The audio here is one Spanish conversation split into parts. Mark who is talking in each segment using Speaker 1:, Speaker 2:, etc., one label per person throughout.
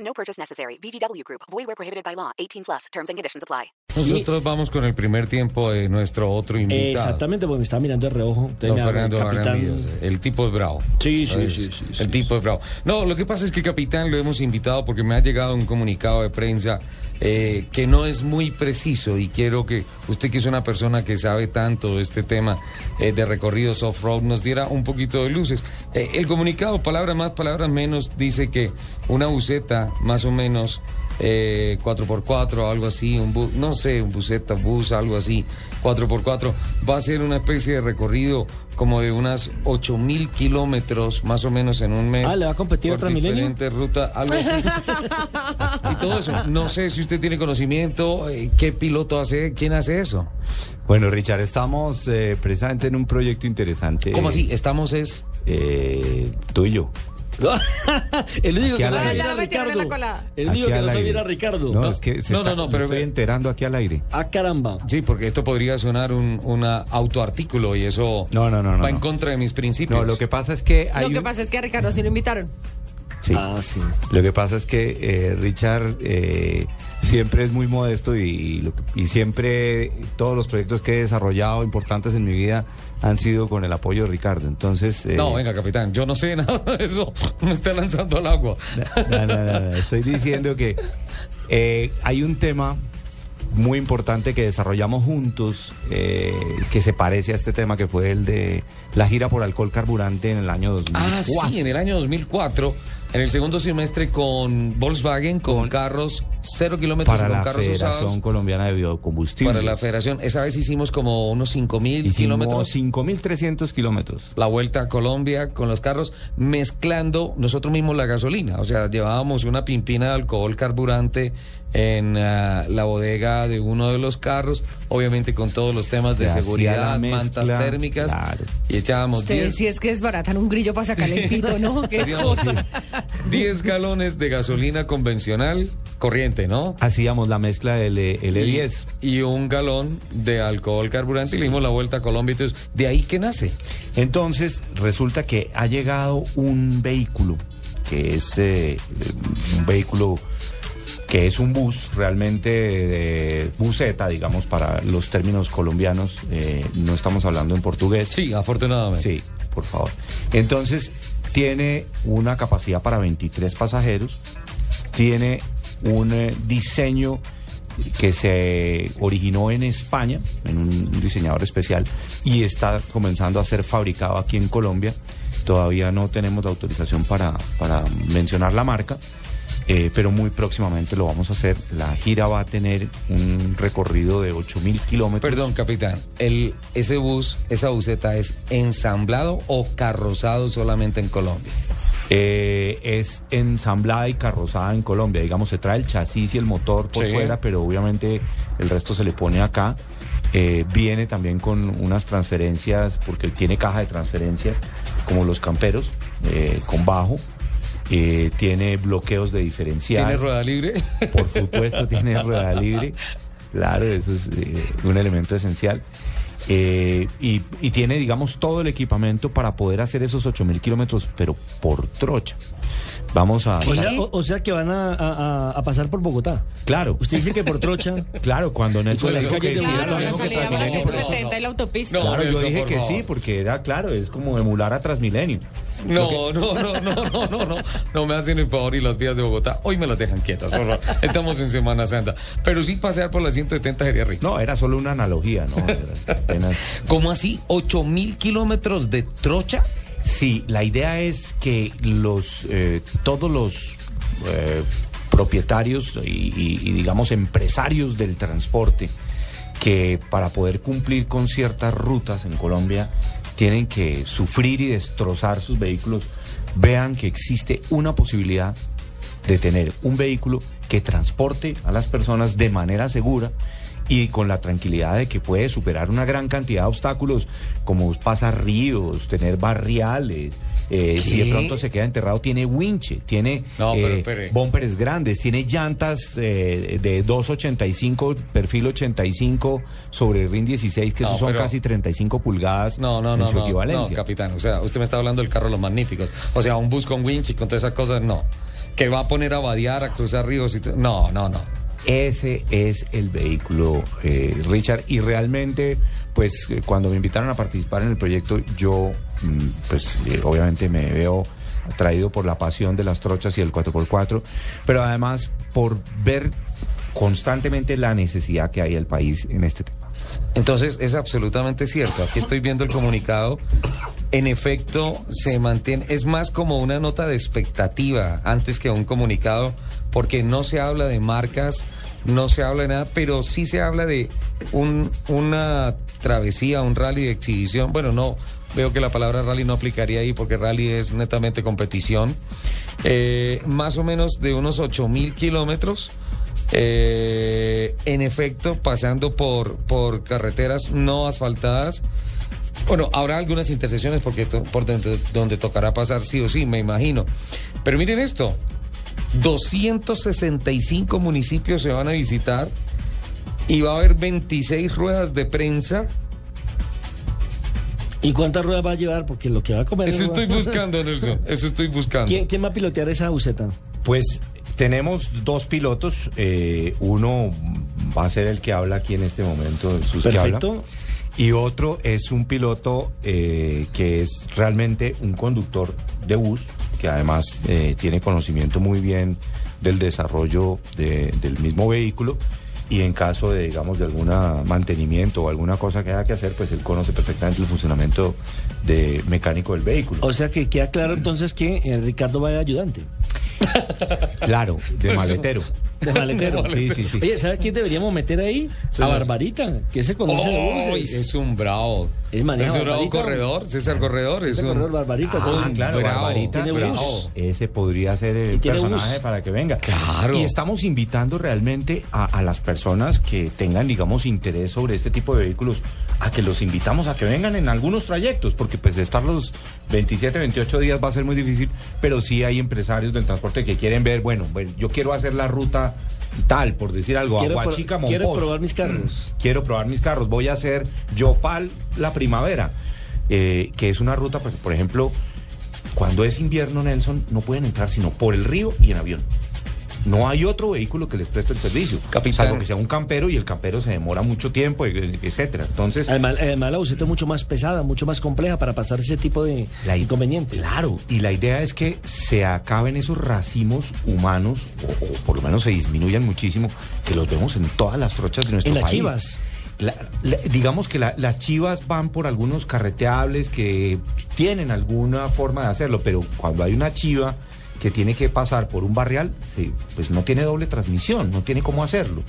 Speaker 1: No purchase necessary. VGW Group. Void where prohibited by law. 18 plus. Terms and conditions apply.
Speaker 2: Pues Nosotros vamos con el primer tiempo de nuestro otro invitado.
Speaker 3: Exactamente, porque me estaba mirando el reojo. Entonces
Speaker 2: Don
Speaker 3: me habló
Speaker 2: Fernando
Speaker 3: el
Speaker 2: Vargas
Speaker 3: capitán.
Speaker 4: eh.
Speaker 2: Villas, el tipo es bravo.
Speaker 3: Sí, sí,
Speaker 2: ¿sabes?
Speaker 3: sí, sí, sí,
Speaker 2: El tipo es bravo. No, lo que pasa es que Capitán lo hemos invitado porque me ha llegado un comunicado de prensa eh, que no es muy preciso y quiero que usted, que es una persona que sabe tanto de este tema eh, de recorridos off-road, nos diera un poquito de luces. Eh, el comunicado, palabras más, palabras menos, dice que una buceta más o menos eh, 4x4, algo así, un bu- no sé, un buseta, bus, algo así, 4x4, va a ser una especie de recorrido como de unas 8000 kilómetros más o menos en un mes.
Speaker 3: Ah, ¿le va a competir
Speaker 2: por
Speaker 3: otra Milenio?
Speaker 2: diferentes rutas, algo así. y todo eso. No sé si usted tiene conocimiento, eh, qué piloto hace, quién hace eso.
Speaker 4: Bueno, Richard, estamos eh, precisamente en un proyecto interesante.
Speaker 2: ¿Cómo así? Estamos es.
Speaker 4: Eh, tú y yo.
Speaker 3: el único
Speaker 4: Aquí
Speaker 3: que
Speaker 4: al
Speaker 3: no
Speaker 4: aire.
Speaker 3: sabía
Speaker 4: Ya
Speaker 3: era
Speaker 5: la metieron en la
Speaker 3: Ricardo.
Speaker 5: cola.
Speaker 3: El único
Speaker 4: Aquí
Speaker 3: que
Speaker 4: al
Speaker 3: no sabía
Speaker 4: aire.
Speaker 3: era Ricardo.
Speaker 4: No,
Speaker 2: No,
Speaker 4: es que se
Speaker 2: no,
Speaker 4: está-
Speaker 2: no, no,
Speaker 4: me
Speaker 2: pero-
Speaker 4: estoy enterando aquí al aire.
Speaker 3: Ah, caramba.
Speaker 2: Sí, porque esto podría sonar un una autoartículo y eso
Speaker 4: No, no, no, no,
Speaker 2: va en
Speaker 4: no.
Speaker 2: contra de mis principios.
Speaker 4: No, lo que pasa es que ah, hay
Speaker 5: Lo que
Speaker 4: un-
Speaker 5: pasa es que a Ricardo sí lo invitaron.
Speaker 4: Sí.
Speaker 3: Ah, sí.
Speaker 4: Lo que pasa es que eh, Richard eh, siempre es muy modesto y, y lo que- y siempre todos los proyectos que he desarrollado importantes en mi vida han sido con el apoyo de Ricardo. Entonces, eh,
Speaker 2: No, venga, capitán, yo no sé nada de eso. Me está lanzando al agua.
Speaker 4: No, no, no, no, Estoy diciendo que eh, hay un tema muy importante que desarrollamos juntos eh, que se parece a este tema que fue el de la gira por alcohol carburante en el año 2000.
Speaker 2: Ah, sí, en el año 2004, en el segundo semestre con Volkswagen, con, carros cero kilómetros, y
Speaker 4: para
Speaker 2: con
Speaker 4: la
Speaker 2: carros
Speaker 4: Federación
Speaker 2: usados.
Speaker 4: Colombiana de Biocombustibles.
Speaker 2: Para la federación, esa vez hicimos como unos 5.000
Speaker 4: Hicimos
Speaker 2: kilómetros.
Speaker 4: 5.300 kilómetros.
Speaker 2: la vuelta a Colombia con los carros, mezclando nosotros mismos la gasolina. O sea, llevábamos una pimpina de alcohol carburante en ah, la bodega de uno de los carros, obviamente con todos los temas de
Speaker 4: Se hacía
Speaker 2: seguridad,
Speaker 4: la mezcla,
Speaker 2: mantas térmicas,
Speaker 4: claro.
Speaker 2: y echábamos
Speaker 5: Ustedes
Speaker 2: 10
Speaker 5: si es que desbaratan un grillo para sacarle el pito, ¿no? Qué
Speaker 2: Hacíamos
Speaker 5: cosa.
Speaker 2: 10 galones de gasolina convencional corriente, ¿no?
Speaker 4: Hacíamos la mezcla del eh, L10.
Speaker 2: Y, y un galón de alcohol carburante y le dimos la vuelta a Colombia. Entonces, de ahí que nace.
Speaker 4: Entonces, resulta que ha llegado un vehículo, que es eh, un vehículo que es un bus, realmente de buseta, digamos, para los términos colombianos. eh, no estamos hablando en portugués.
Speaker 2: Sí, afortunadamente.
Speaker 4: Sí, por favor. Entonces, tiene una capacidad para 23 pasajeros, tiene un eh, diseño que se originó en España, en un diseñador especial, y está comenzando a ser fabricado aquí en Colombia. Todavía no tenemos la autorización para, para mencionar la marca, eh, pero muy próximamente lo vamos a hacer. La gira va a tener un recorrido de 8.000 kilómetros.
Speaker 2: Perdón, capitán. El, ese bus, esa buseta es ensamblado o carrozado solamente en Colombia.
Speaker 4: Eh, es ensamblada y carrozada en Colombia. Digamos, se trae el chasis y el motor por
Speaker 2: Sí.
Speaker 4: fuera, pero obviamente el resto se le pone acá. Eh, viene también con unas transferencias, porque tiene caja de transferencia, como los camperos, eh, con bajo. Eh, tiene bloqueos de diferencial.
Speaker 2: ¿Tiene rueda libre?
Speaker 4: Por supuesto, tiene rueda libre. Claro, eso es eh, un elemento esencial. Eh, y, y tiene, digamos, todo el equipamiento para poder hacer esos 8.000 kilómetros, pero por trocha. Vamos a...
Speaker 3: O sea, o, o sea que van a, a- a- a pasar por Bogotá.
Speaker 4: Claro,
Speaker 3: Usted dice que por trocha.
Speaker 4: claro, cuando Nelson
Speaker 3: con las
Speaker 4: dijo
Speaker 3: calles
Speaker 4: que
Speaker 3: de
Speaker 4: sí,
Speaker 3: Bogotá,
Speaker 4: lo
Speaker 5: Claro, la
Speaker 4: mismo que
Speaker 5: salida va a
Speaker 2: Transmilenio,
Speaker 4: Transmilenio,
Speaker 2: por favor.
Speaker 5: 170 y la autopista.
Speaker 2: No,
Speaker 4: Claro, yo
Speaker 2: Nelson,
Speaker 4: dije
Speaker 2: por
Speaker 4: que sí,
Speaker 2: favor.
Speaker 4: porque era, claro, es como emular a Transmilenio.
Speaker 2: No, no, no, no, no, no, no. No me hacen el favor y las vías de Bogotá hoy me las dejan quietas. por favor. Estamos en Semana Santa. Pero sí pasear por las 170 sería rico.
Speaker 4: No, era solo una analogía, ¿no? Era apenas-
Speaker 2: ¿Cómo así? ¿8 mil kilómetros de trocha?
Speaker 4: Sí, la idea es que los eh, todos los eh, propietarios y, y- y, digamos empresarios del transporte que para poder cumplir con ciertas rutas en Colombia tienen que sufrir y destrozar sus vehículos vean que existe una posibilidad de tener un vehículo que transporte a las personas de manera segura y con la tranquilidad de que puede superar una gran cantidad de obstáculos como pasar ríos, tener barriales, eh, si de
Speaker 2: ¿Qué?
Speaker 4: pronto se queda enterrado tiene winche, tiene
Speaker 2: No, pero
Speaker 4: eh,
Speaker 2: espere.
Speaker 4: bumpers grandes, tiene llantas eh, de 2.85, perfil 85 sobre RIN 16, que
Speaker 2: No,
Speaker 4: esos son
Speaker 2: pero-
Speaker 4: casi 35 pulgadas
Speaker 2: No, no,
Speaker 4: en
Speaker 2: no,
Speaker 4: su
Speaker 2: no, no,
Speaker 4: equivalencia.
Speaker 2: capitán. O sea, usted me está hablando del carro de los magníficos. O sea, un bus con winch y con todas esas cosas, no. Que va a poner a vadear, a cruzar ríos y todo. No, no, no.
Speaker 4: Ese es el vehículo, eh, Richard. Y realmente, pues eh, cuando me invitaron a participar en el proyecto, yo, mm, pues eh, obviamente me veo atraído por la pasión de las trochas y el 4x4, pero además por ver constantemente la necesidad que hay del país en este tema.
Speaker 2: Entonces, es absolutamente cierto. Aquí estoy viendo el comunicado. En efecto, se mantiene. Es más como una nota de expectativa antes que un comunicado, porque no se habla de marcas, no se habla de nada, pero sí se habla de un- una travesía, un rally de exhibición. Bueno, no. Veo que la palabra rally no aplicaría ahí porque rally es netamente competición. Eh, más o menos de unos 8 mil kilómetros. Eh, en efecto, pasando por, por carreteras no asfaltadas. Bueno, habrá algunas intersecciones porque to- por donde, donde tocará pasar sí o sí, me imagino. Pero miren esto, 265 municipios se van a visitar y va a haber 26 ruedas de prensa.
Speaker 3: ¿Y cuántas ruedas va a llevar? Porque lo que va a comer.
Speaker 2: Eso
Speaker 3: es una-
Speaker 2: estoy buscando, Nelson, eso estoy buscando.
Speaker 3: ¿Quién, quién va a pilotear esa buceta?
Speaker 4: Pues tenemos dos pilotos. eh, uno va a ser el que habla aquí en este momento. el Sus que habla.
Speaker 3: Perfecto.
Speaker 4: Y otro es un piloto eh, que es realmente un conductor de bus, que además eh, tiene conocimiento muy bien del desarrollo de- del mismo vehículo. Y en caso de, digamos, de algún mantenimiento o alguna cosa que haya que hacer, pues él conoce perfectamente el funcionamiento de mecánico del vehículo.
Speaker 3: O sea que queda claro entonces que eh, Ricardo va de ayudante.
Speaker 4: claro, de maletero.
Speaker 3: De maletero.
Speaker 4: Sí, sí, sí.
Speaker 3: Oye, ¿sabes quién deberíamos meter ahí?
Speaker 2: Sí.
Speaker 3: A Barbarita, que se conoce
Speaker 2: ¡Oh!
Speaker 3: de buses.
Speaker 2: es un bravo.
Speaker 3: Él maneja
Speaker 2: es un bravo
Speaker 3: Barbarita.
Speaker 2: corredor, César Corredor. Es
Speaker 3: Ese
Speaker 2: un
Speaker 3: corredor Barbarita.
Speaker 4: Ah,
Speaker 3: con-
Speaker 4: claro,
Speaker 2: bravo,
Speaker 4: Barbarita,
Speaker 3: tiene
Speaker 4: bravo.
Speaker 3: bus.
Speaker 4: Ese podría ser
Speaker 3: Y
Speaker 4: el
Speaker 3: tiene
Speaker 4: personaje
Speaker 3: bus.
Speaker 4: para que venga.
Speaker 2: Claro.
Speaker 4: Y estamos invitando realmente a, a las personas que tengan, digamos, interés sobre este tipo de vehículos, a que los invitamos a que vengan en algunos trayectos, porque pues estar los 27, 28 días va a ser muy difícil, pero sí hay empresarios del transporte que quieren ver, bueno, bueno, yo quiero hacer la ruta tal, por decir algo,
Speaker 3: Quiero, pro-
Speaker 4: Aguachica,
Speaker 3: quiero
Speaker 4: Mompox
Speaker 3: probar mis carros.
Speaker 4: quiero probar mis carros, voy a hacer Yopal la primavera, eh, que es una ruta, pues, por ejemplo, cuando es invierno, Nelson, no pueden entrar sino por el río y en avión. No hay otro vehículo que les preste el servicio,
Speaker 2: Capitán.
Speaker 4: salvo que sea un campero y el campero se demora mucho tiempo, e- etcétera. Entonces,
Speaker 3: Además, eh, además la buceta es mucho más pesada, mucho más compleja para pasar ese tipo de
Speaker 4: La i-
Speaker 3: inconvenientes.
Speaker 4: Claro, y la idea es que se acaben esos racimos humanos, o, o por lo menos se disminuyan muchísimo, que los vemos en todas las trochas de nuestro
Speaker 3: En las
Speaker 4: país.
Speaker 3: chivas.
Speaker 4: La- la- digamos que la- las chivas van por algunos carreteables que tienen alguna forma de hacerlo, pero cuando hay una chiva que tiene que pasar por un barrial, sí, pues no tiene doble transmisión, no tiene cómo hacerlo.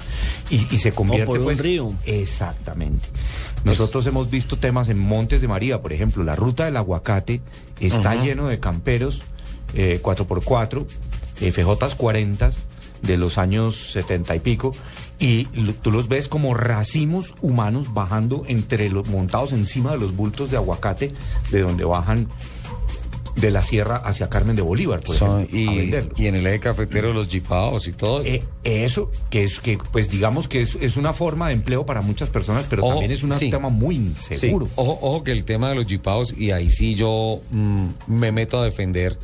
Speaker 4: Y, y se convierte
Speaker 3: por un
Speaker 4: pues,
Speaker 3: río.
Speaker 4: Exactamente. Nosotros hemos visto temas en Montes de María, por ejemplo, la ruta del aguacate está lleno de camperos eh, 4x4, eh, FJs 40 de los años 70 y pico, y lo- tú los ves como racimos humanos bajando entre los montados encima de los bultos de aguacate de donde bajan de la sierra hacia Carmen de Bolívar, por
Speaker 2: Son-
Speaker 4: ejemplo, Pues, a
Speaker 2: y,
Speaker 4: venderlo.
Speaker 2: y en el eje cafetero los jipaos y todo.
Speaker 4: Eh, eso, que es que, pues digamos que es, es una forma de empleo para muchas personas, pero
Speaker 2: Ojo,
Speaker 4: también es un
Speaker 2: sí.
Speaker 4: tema muy
Speaker 2: Sí,
Speaker 4: inseguro.
Speaker 2: Ojo, ojo que el tema de los jipaos, y ahí sí yo mm, me meto a defender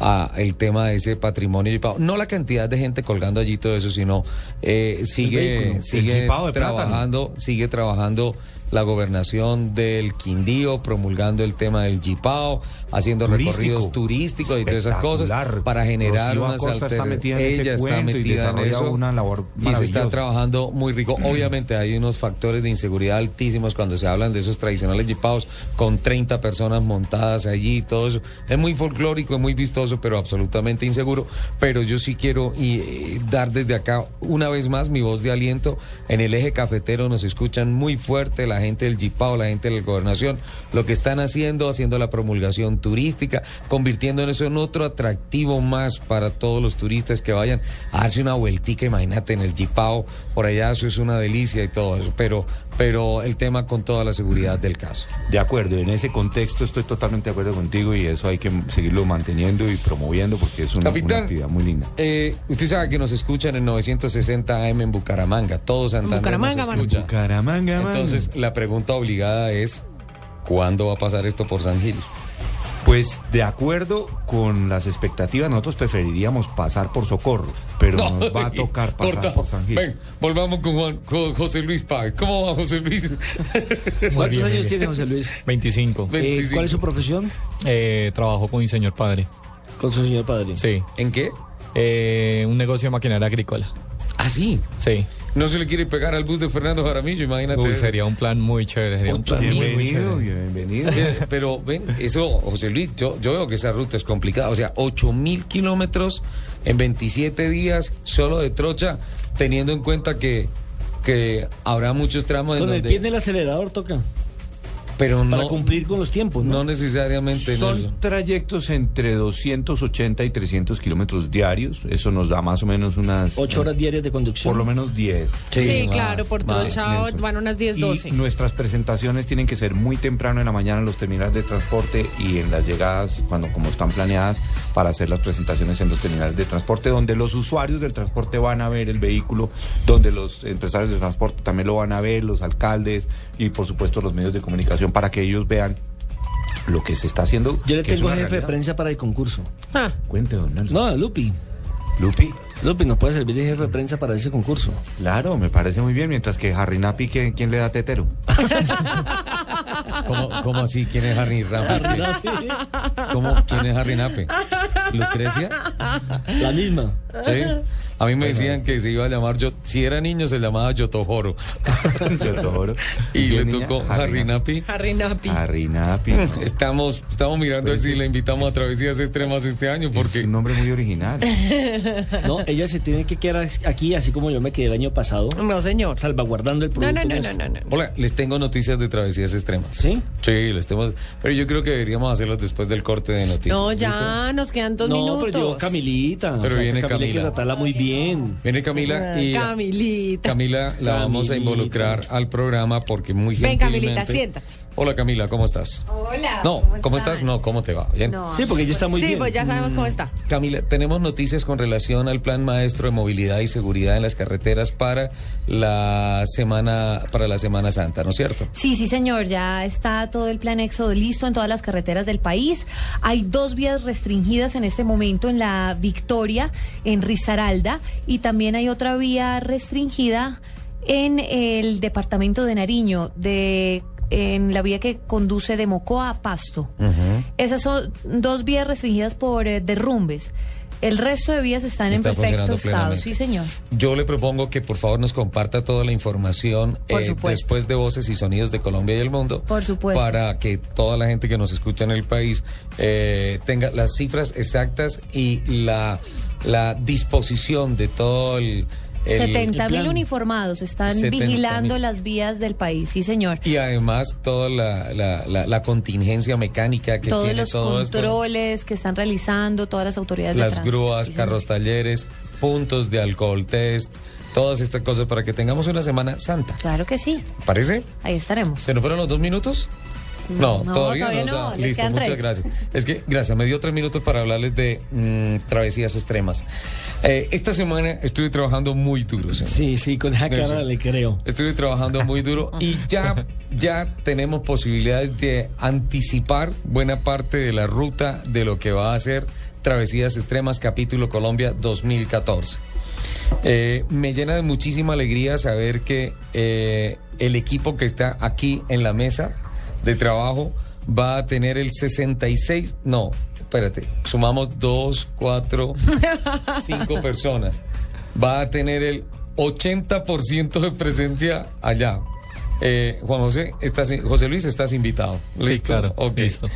Speaker 2: a el tema de ese patrimonio jipao. No la cantidad de gente colgando allí y todo eso, sino eh,
Speaker 4: vehículo,
Speaker 2: sigue,
Speaker 4: el
Speaker 2: sigue
Speaker 4: jipao de plátano.
Speaker 2: trabajando, sigue trabajando la gobernación del Quindío, promulgando el tema del jipao, haciendo
Speaker 4: Turístico.
Speaker 2: recorridos turísticos y todas esas cosas
Speaker 4: Espectacular.
Speaker 2: para generar
Speaker 4: Rocío
Speaker 2: unas
Speaker 4: Acosta está
Speaker 2: alter-
Speaker 4: metida en ese
Speaker 2: Ella está
Speaker 4: cuento y
Speaker 2: metida en
Speaker 4: desarrolla
Speaker 2: eso
Speaker 4: una labor
Speaker 2: y se está
Speaker 4: maravillosa. Mm.
Speaker 2: trabajando trabajando muy rico. Obviamente hay unos factores de inseguridad altísimos cuando se hablan de esos tradicionales jipaos con 30 personas montadas allí y todo eso. Es muy folclórico, es muy vistoso, pero absolutamente inseguro. Pero yo sí quiero y, eh, dar desde acá una vez más mi voz de aliento. En el eje cafetero nos escuchan muy fuerte, la la gente del Jipao, la gente de la gobernación, lo que están haciendo, haciendo la promulgación turística, convirtiendo en eso en otro atractivo más para todos los turistas que vayan a darse una vueltica, imagínate, en el Jipao, por allá eso es una delicia y todo eso, pero, pero el tema con toda la seguridad del caso.
Speaker 4: De acuerdo, en ese contexto estoy totalmente de acuerdo contigo y eso hay que seguirlo manteniendo y promoviendo porque es una, una
Speaker 2: Capitán,
Speaker 4: actividad muy linda.
Speaker 2: eh, usted sabe que nos escuchan en 960 AM en Bucaramanga. Todo Santander
Speaker 5: Bucaramanga,
Speaker 2: nos
Speaker 5: mano.
Speaker 2: escucha.
Speaker 4: Bucaramanga, mano.
Speaker 2: Entonces, la pregunta obligada es, ¿cuándo va a pasar esto por San Gil?
Speaker 4: Pues de acuerdo con las expectativas, nosotros preferiríamos pasar por Socorro, pero nos va a tocar pasar
Speaker 2: Corta.
Speaker 4: por San Gil.
Speaker 2: Ven, volvamos con, Juan- con José Luis Páez. ¿Cómo va José Luis?
Speaker 3: ¿Cuántos
Speaker 6: bien, muy
Speaker 3: años
Speaker 6: bien.
Speaker 3: tiene José Luis?
Speaker 6: 25.
Speaker 3: Eh,
Speaker 2: 25.
Speaker 3: ¿Cuál es su profesión?
Speaker 6: Eh, trabajo con mi señor padre.
Speaker 3: Con su señor padre.
Speaker 6: Sí.
Speaker 2: ¿En qué?
Speaker 6: Eh, un negocio de maquinaria agrícola.
Speaker 2: Ah, sí.
Speaker 6: Sí.
Speaker 2: No se le quiere pegar al bus de Fernando Jaramillo, imagínate.
Speaker 6: Uy, sería un plan muy chévere. Sería un
Speaker 2: Ocho
Speaker 6: plan muy, muy
Speaker 4: Bienvenido,
Speaker 6: chévere.
Speaker 4: bienvenido.
Speaker 2: Eh, Pero ven, eso, José Luis, yo, yo veo que esa ruta es complicada. O sea, 8 mil kilómetros en 27 días solo de trocha, teniendo en cuenta que, que habrá muchos tramos en
Speaker 3: Con el
Speaker 2: donde-
Speaker 3: pie en el acelerador toca.
Speaker 2: pero
Speaker 3: Para
Speaker 2: no,
Speaker 3: cumplir con los tiempos, ¿no?
Speaker 2: no necesariamente. Nelson.
Speaker 4: Son trayectos entre 280 y 300 kilómetros diarios. Eso nos da más o menos unas...
Speaker 3: Ocho horas diarias de conducción.
Speaker 4: Por lo menos 10.
Speaker 5: Sí,
Speaker 2: más,
Speaker 5: claro, por
Speaker 2: más,
Speaker 5: trocha
Speaker 4: Nelson.
Speaker 5: van unas 10, 12.
Speaker 4: Y nuestras presentaciones tienen que ser muy temprano en la mañana en los terminales de transporte y en las llegadas, cuando como están planeadas, para hacer las presentaciones en los terminales de transporte, donde los usuarios del transporte van a ver el vehículo, donde los empresarios de transporte también lo van a ver, los alcaldes y por supuesto los medios de comunicación para que ellos vean lo que se está haciendo.
Speaker 3: Yo le
Speaker 4: que es
Speaker 3: tengo
Speaker 4: una
Speaker 3: jefe de
Speaker 4: realidad.
Speaker 3: prensa para el concurso.
Speaker 5: Ah,
Speaker 4: Cuente, don Nelson.
Speaker 3: No, Lupi.
Speaker 4: Lupi.
Speaker 3: Lupi nos puede servir de jefe de prensa para ese concurso.
Speaker 4: Claro, me parece muy bien, mientras que Harry Napi, ¿quién, quién le da tetero?
Speaker 2: ¿Cómo, cómo así? ¿Quién es Harry Nape? ¿Cómo? ¿Quién es Harry Nape? ¿Lucrecia?
Speaker 3: La misma.
Speaker 2: Sí. A mí me decían que se iba a llamar yo, si era niño se llamaba Yotojoro. Y le tocó Harry Napi.
Speaker 5: Harry Napi.
Speaker 4: Harry Napi.
Speaker 2: Estamos, estamos mirando
Speaker 4: Pero
Speaker 2: a ver si
Speaker 4: ese-
Speaker 2: la invitamos a Travesías Extremas este año
Speaker 4: Porque...
Speaker 2: porque
Speaker 4: Es un nombre muy original.
Speaker 3: No, ella se tiene que quedar aquí, así como yo me quedé el año pasado,
Speaker 5: No, señor.
Speaker 3: salvaguardando el
Speaker 5: No,
Speaker 3: producto.
Speaker 5: no, no, no,
Speaker 3: nuestro.
Speaker 5: no. no.
Speaker 2: Hola, les tengo noticias de Travesías Extremas.
Speaker 3: ¿Sí?
Speaker 2: Sí, les tengo. Pero yo creo que deberíamos hacerlo después del corte de noticias.
Speaker 5: No, ya, nos quedan dos
Speaker 3: no,
Speaker 5: minutos.
Speaker 3: pero llegó Camilita.
Speaker 2: Pero
Speaker 3: que
Speaker 2: viene
Speaker 3: Hay que
Speaker 2: Camila.
Speaker 3: tratarla muy bien.
Speaker 2: Viene
Speaker 5: Ah,
Speaker 2: Camila y
Speaker 5: Camilita.
Speaker 2: Camila la vamos a
Speaker 3: Camilita.
Speaker 2: involucrar al programa porque muy gentilmente-
Speaker 5: Ven, Camilita, siéntate.
Speaker 2: Hola Camila, ¿cómo estás?
Speaker 7: Hola.
Speaker 2: No, ¿cómo estás? No, ¿cómo te va? Bien.
Speaker 7: No.
Speaker 3: Sí, porque ella está muy
Speaker 5: sí,
Speaker 3: bien.
Speaker 5: pues ya sabemos cómo está.
Speaker 2: Camila, tenemos noticias con relación al plan maestro de movilidad y seguridad en las carreteras para la semana para la Semana Santa, ¿no es cierto?
Speaker 7: Sí, sí, señor. Ya está todo el plan éxodo listo en todas las carreteras del país. Hay dos vías restringidas en este momento en la Victoria, en Risaralda, y también hay otra vía restringida en el departamento de Nariño, de en la vía que conduce de Mocoa a Pasto. Esas son dos vías restringidas por eh, derrumbes. El resto de vías están
Speaker 2: Está
Speaker 7: en perfecto
Speaker 2: funcionando
Speaker 7: estado.
Speaker 2: plenamente.
Speaker 7: Sí, señor.
Speaker 2: Yo le propongo que por favor nos comparta toda la información eh,
Speaker 7: Por supuesto.
Speaker 2: después de Voces y Sonidos de Colombia y el Mundo.
Speaker 7: Por supuesto.
Speaker 2: Para que toda la gente que nos escucha en el país eh, tenga las cifras exactas y la, la disposición de todo el... el-
Speaker 7: 70
Speaker 3: plan.
Speaker 7: mil uniformados están
Speaker 2: 70.000.
Speaker 7: vigilando las vías del país, sí señor.
Speaker 2: Y además toda la, la- la- la contingencia mecánica que
Speaker 7: Todos
Speaker 2: tiene
Speaker 7: los
Speaker 2: todo esto.
Speaker 7: controles que están realizando todas las autoridades de
Speaker 2: las
Speaker 7: tránsito,
Speaker 2: grúas,
Speaker 7: sí, señor.
Speaker 2: carros talleres, puntos de alcohol test, todas estas cosas para que tengamos una semana santa.
Speaker 7: Claro que sí,
Speaker 2: ¿Parece?
Speaker 7: ahí estaremos.
Speaker 2: ¿Se nos fueron los dos minutos? No,
Speaker 7: No,
Speaker 2: todavía,
Speaker 7: todavía
Speaker 2: no.
Speaker 7: no,
Speaker 2: da.
Speaker 7: les
Speaker 2: Listo,
Speaker 7: quedan
Speaker 2: muchas
Speaker 7: tres.
Speaker 2: gracias. Es que, gracias, me dio tres minutos para hablarles de mm, travesías extremas. Eh, esta semana estuve trabajando muy duro. señor.
Speaker 3: Sí, sí, con esa cara
Speaker 2: Nelson.
Speaker 3: le creo.
Speaker 2: Estuve trabajando muy duro y ya, ya tenemos posibilidades de anticipar buena parte de la ruta de lo que va a ser Travesías Extremas Capítulo Colombia 2014. Eh, me llena de muchísima alegría saber que eh, el equipo que está aquí en la mesa de trabajo va a tener el 66, no, espérate, sumamos 2, 4, 5 personas. Va a tener el 80% de presencia allá. Eh, Juan José, estás, José Luis, estás invitado.
Speaker 6: Sí, claro,
Speaker 2: Ok.
Speaker 6: listo.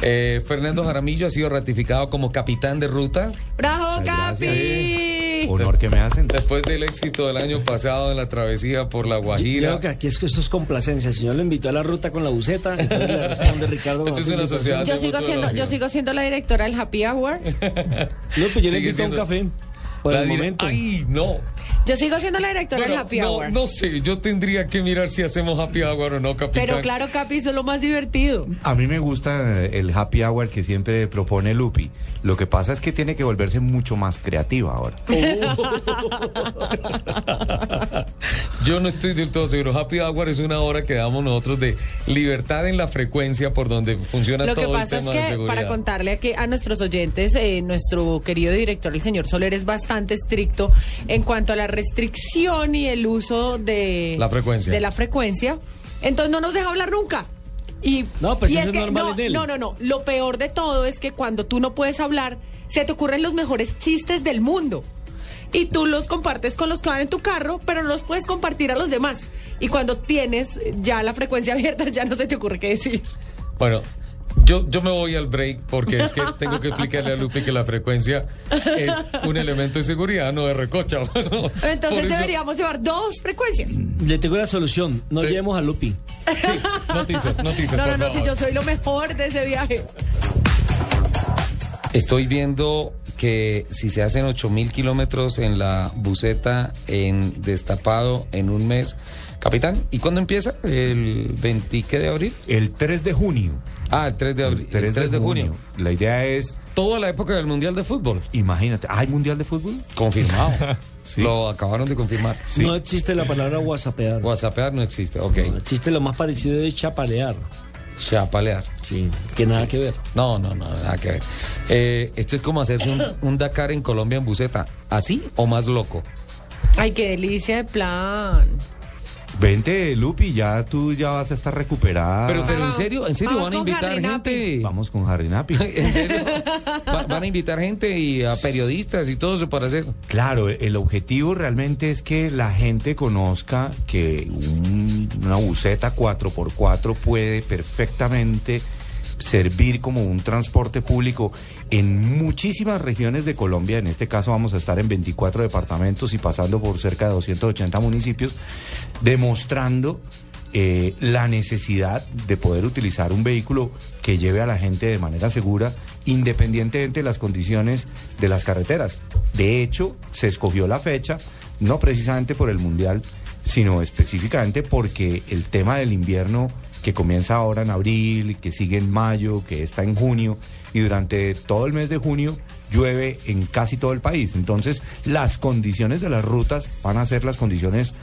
Speaker 2: Eh, Fernando Jaramillo ha sido ratificado como capitán de ruta.
Speaker 5: ¡Bravo, Capi!
Speaker 4: Honor que me hacen.
Speaker 2: Después del éxito del año pasado en la travesía por La
Speaker 3: Yo
Speaker 2: Guajira.
Speaker 3: creo que aquí es que esto es complacencia. El señor lo invitó a la ruta con la buceta, entonces le responde Ricardo.
Speaker 2: Esto es
Speaker 3: Martín,
Speaker 2: una
Speaker 3: entonces-
Speaker 2: sociedad.
Speaker 5: Yo sigo, siendo, yo sigo siendo la directora del Happy Hour.
Speaker 3: No, pues yo le
Speaker 2: Sigue
Speaker 3: invito a un
Speaker 2: siendo-
Speaker 3: café. Por
Speaker 2: La
Speaker 3: el
Speaker 2: dire-
Speaker 3: momento.
Speaker 2: Ay, no.
Speaker 5: Yo sigo siendo la directora
Speaker 2: Bueno,
Speaker 5: del Happy
Speaker 2: no,
Speaker 5: Hour.
Speaker 2: no sé, yo tendría que mirar si hacemos happy hour o no, capitán.
Speaker 5: Pero claro, Capi, eso es lo más divertido.
Speaker 4: A mí me gusta eh, el happy hour que siempre propone Lupi. Lo que pasa es que tiene que volverse mucho más creativa ahora.
Speaker 2: Yo no estoy del todo seguro. Happy hour es una hora que damos nosotros de libertad en la frecuencia por donde funciona
Speaker 5: Lo
Speaker 2: todo
Speaker 5: que pasa
Speaker 2: el
Speaker 5: es
Speaker 2: tema de
Speaker 5: que,
Speaker 2: seguridad.
Speaker 5: para contarle aquí a nuestros oyentes, eh, nuestro querido director, el señor Soler, es bastante estricto en cuanto a la restricción y el uso de
Speaker 2: La frecuencia.
Speaker 5: De la frecuencia. Entonces no nos deja hablar nunca. Y,
Speaker 3: No, pues
Speaker 5: y
Speaker 3: eso es normal
Speaker 5: no,
Speaker 3: en él.
Speaker 5: no, no, no. Lo peor de todo es que cuando tú no puedes hablar, se te ocurren los mejores chistes del mundo. Y tú los compartes con los que van en tu carro, pero no los puedes compartir a los demás. Y cuando tienes ya la frecuencia abierta, ya no se te ocurre qué decir.
Speaker 2: Bueno, yo, yo me voy al break porque es que tengo que explicarle a Lupi que la frecuencia es un elemento de seguridad, no de recocha. Bueno, por
Speaker 5: Entonces
Speaker 2: eso-
Speaker 5: deberíamos llevar dos frecuencias.
Speaker 3: Le tengo la solución. No
Speaker 2: Sí.
Speaker 3: llevemos a Lupi.
Speaker 2: Sí, noticias, noticias.
Speaker 5: No, no,
Speaker 2: por
Speaker 5: no,
Speaker 2: favor.
Speaker 5: si yo soy lo mejor de ese viaje.
Speaker 2: Estoy viendo que si se hacen 8000 kilómetros en la buceta, en destapado, en un mes. Capitán, ¿y cuándo empieza? ¿El 20 qué de abril?
Speaker 4: El 3 de junio.
Speaker 2: Ah, el 3 de abril.
Speaker 4: El 3, de, junio. La idea es,
Speaker 2: Toda la época del Mundial de Fútbol.
Speaker 4: imagínate, ¿hay mundial de fútbol?
Speaker 2: Confirmado.
Speaker 4: Sí.
Speaker 2: Lo acabaron de confirmar.
Speaker 3: No existe la palabra whatsappear.
Speaker 2: WhatsAppear no existe. Ok.
Speaker 3: No, existe lo más parecido de chapalear.
Speaker 2: Chapalear.
Speaker 3: Sí. Que nada que ver.
Speaker 2: No, no, no, nada que ver. Eh, esto es como hacerse un, un Dakar en Colombia en buceta. ¿Así o más loco?
Speaker 5: Ay, qué delicia de plan.
Speaker 4: Vente, Lupi, ya tú ya vas a estar recuperada.
Speaker 2: Pero, pero en
Speaker 5: Vamos-
Speaker 2: serio, en serio
Speaker 5: vamos
Speaker 2: van a
Speaker 5: con
Speaker 2: invitar
Speaker 5: Harry Napi.
Speaker 2: gente.
Speaker 4: Vamos con Harry Napi.
Speaker 2: ¿En serio? Va- van a invitar gente y a periodistas y todo eso para hacer.
Speaker 4: Claro, el objetivo realmente es que la gente conozca que un- una buceta 4x4 puede perfectamente servir como un transporte público en muchísimas regiones de Colombia. En este caso vamos a estar en 24 departamentos y pasando por cerca de 280 municipios, demostrando eh, la necesidad de poder utilizar un vehículo que lleve a la gente de manera segura, independientemente de las condiciones de las carreteras. De hecho, se escogió la fecha, no precisamente por el Mundial, sino específicamente porque el tema del invierno que comienza ahora en abril, que sigue en mayo, que está en junio, y durante todo el mes de junio llueve en casi todo el país. Entonces, las condiciones de las rutas van a ser las condiciones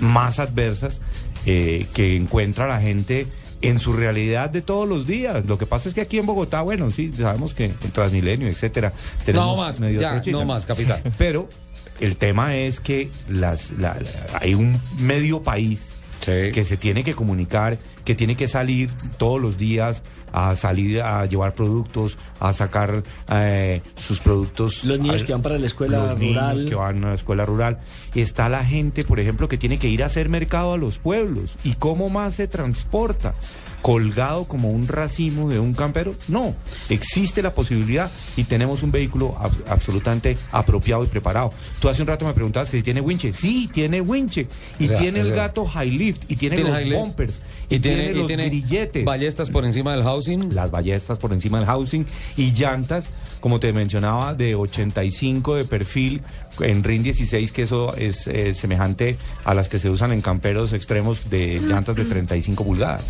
Speaker 4: más adversas eh, que encuentra la gente en su realidad de todos los días. Lo que pasa es que aquí en Bogotá, bueno, sí, sabemos que el Transmilenio, etcétera, tenemos
Speaker 2: no más,
Speaker 4: medio
Speaker 2: ya,
Speaker 4: trochina.
Speaker 2: no más, capitán.
Speaker 4: Pero el tema es que las, la- la- hay un medio país
Speaker 2: Sí.
Speaker 4: que se tiene que comunicar, que tiene que salir todos los días a salir a llevar productos, a sacar eh, sus productos.
Speaker 3: Los niños
Speaker 4: al-
Speaker 3: que van para la escuela
Speaker 4: los niños
Speaker 3: rural.
Speaker 4: que van a la escuela rural. Está la gente, por ejemplo, que tiene que ir a hacer mercado a los pueblos. ¿Y cómo más se transporta? ¿Colgado como un racimo de un campero? No, existe la posibilidad y tenemos un vehículo ab- absolutamente apropiado y preparado. Tú hace un rato me preguntabas que si tiene winche. Sí, tiene winche. Y
Speaker 2: O sea,
Speaker 4: tiene
Speaker 2: o
Speaker 4: el
Speaker 2: sea,
Speaker 4: gato high lift. Y tiene, los
Speaker 2: high-lift,
Speaker 4: bumpers.
Speaker 2: y tiene, y
Speaker 4: los
Speaker 2: tiene
Speaker 4: grilletes
Speaker 2: ballestas por encima del housing.
Speaker 4: las ballestas por encima del housing y llantas, como te mencionaba, de 85 de perfil en RIN 16, que eso es eh, semejante a las que se usan en camperos extremos de llantas de 35 pulgadas.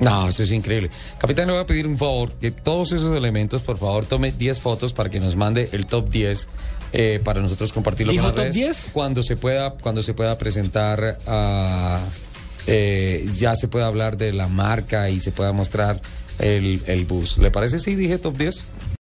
Speaker 2: No, eso es increíble. Capitán, le voy a pedir un favor, que todos esos elementos, por favor, tome 10 fotos para que nos mande el top 10 eh, para nosotros compartirlo
Speaker 3: ¿Dijo
Speaker 2: con las
Speaker 3: top
Speaker 2: redes
Speaker 3: 10?
Speaker 2: cuando se pueda cuando se pueda presentar ah, eh, ya se puede hablar de la marca y se pueda mostrar el, el bus. ¿Le parece si dije top 10?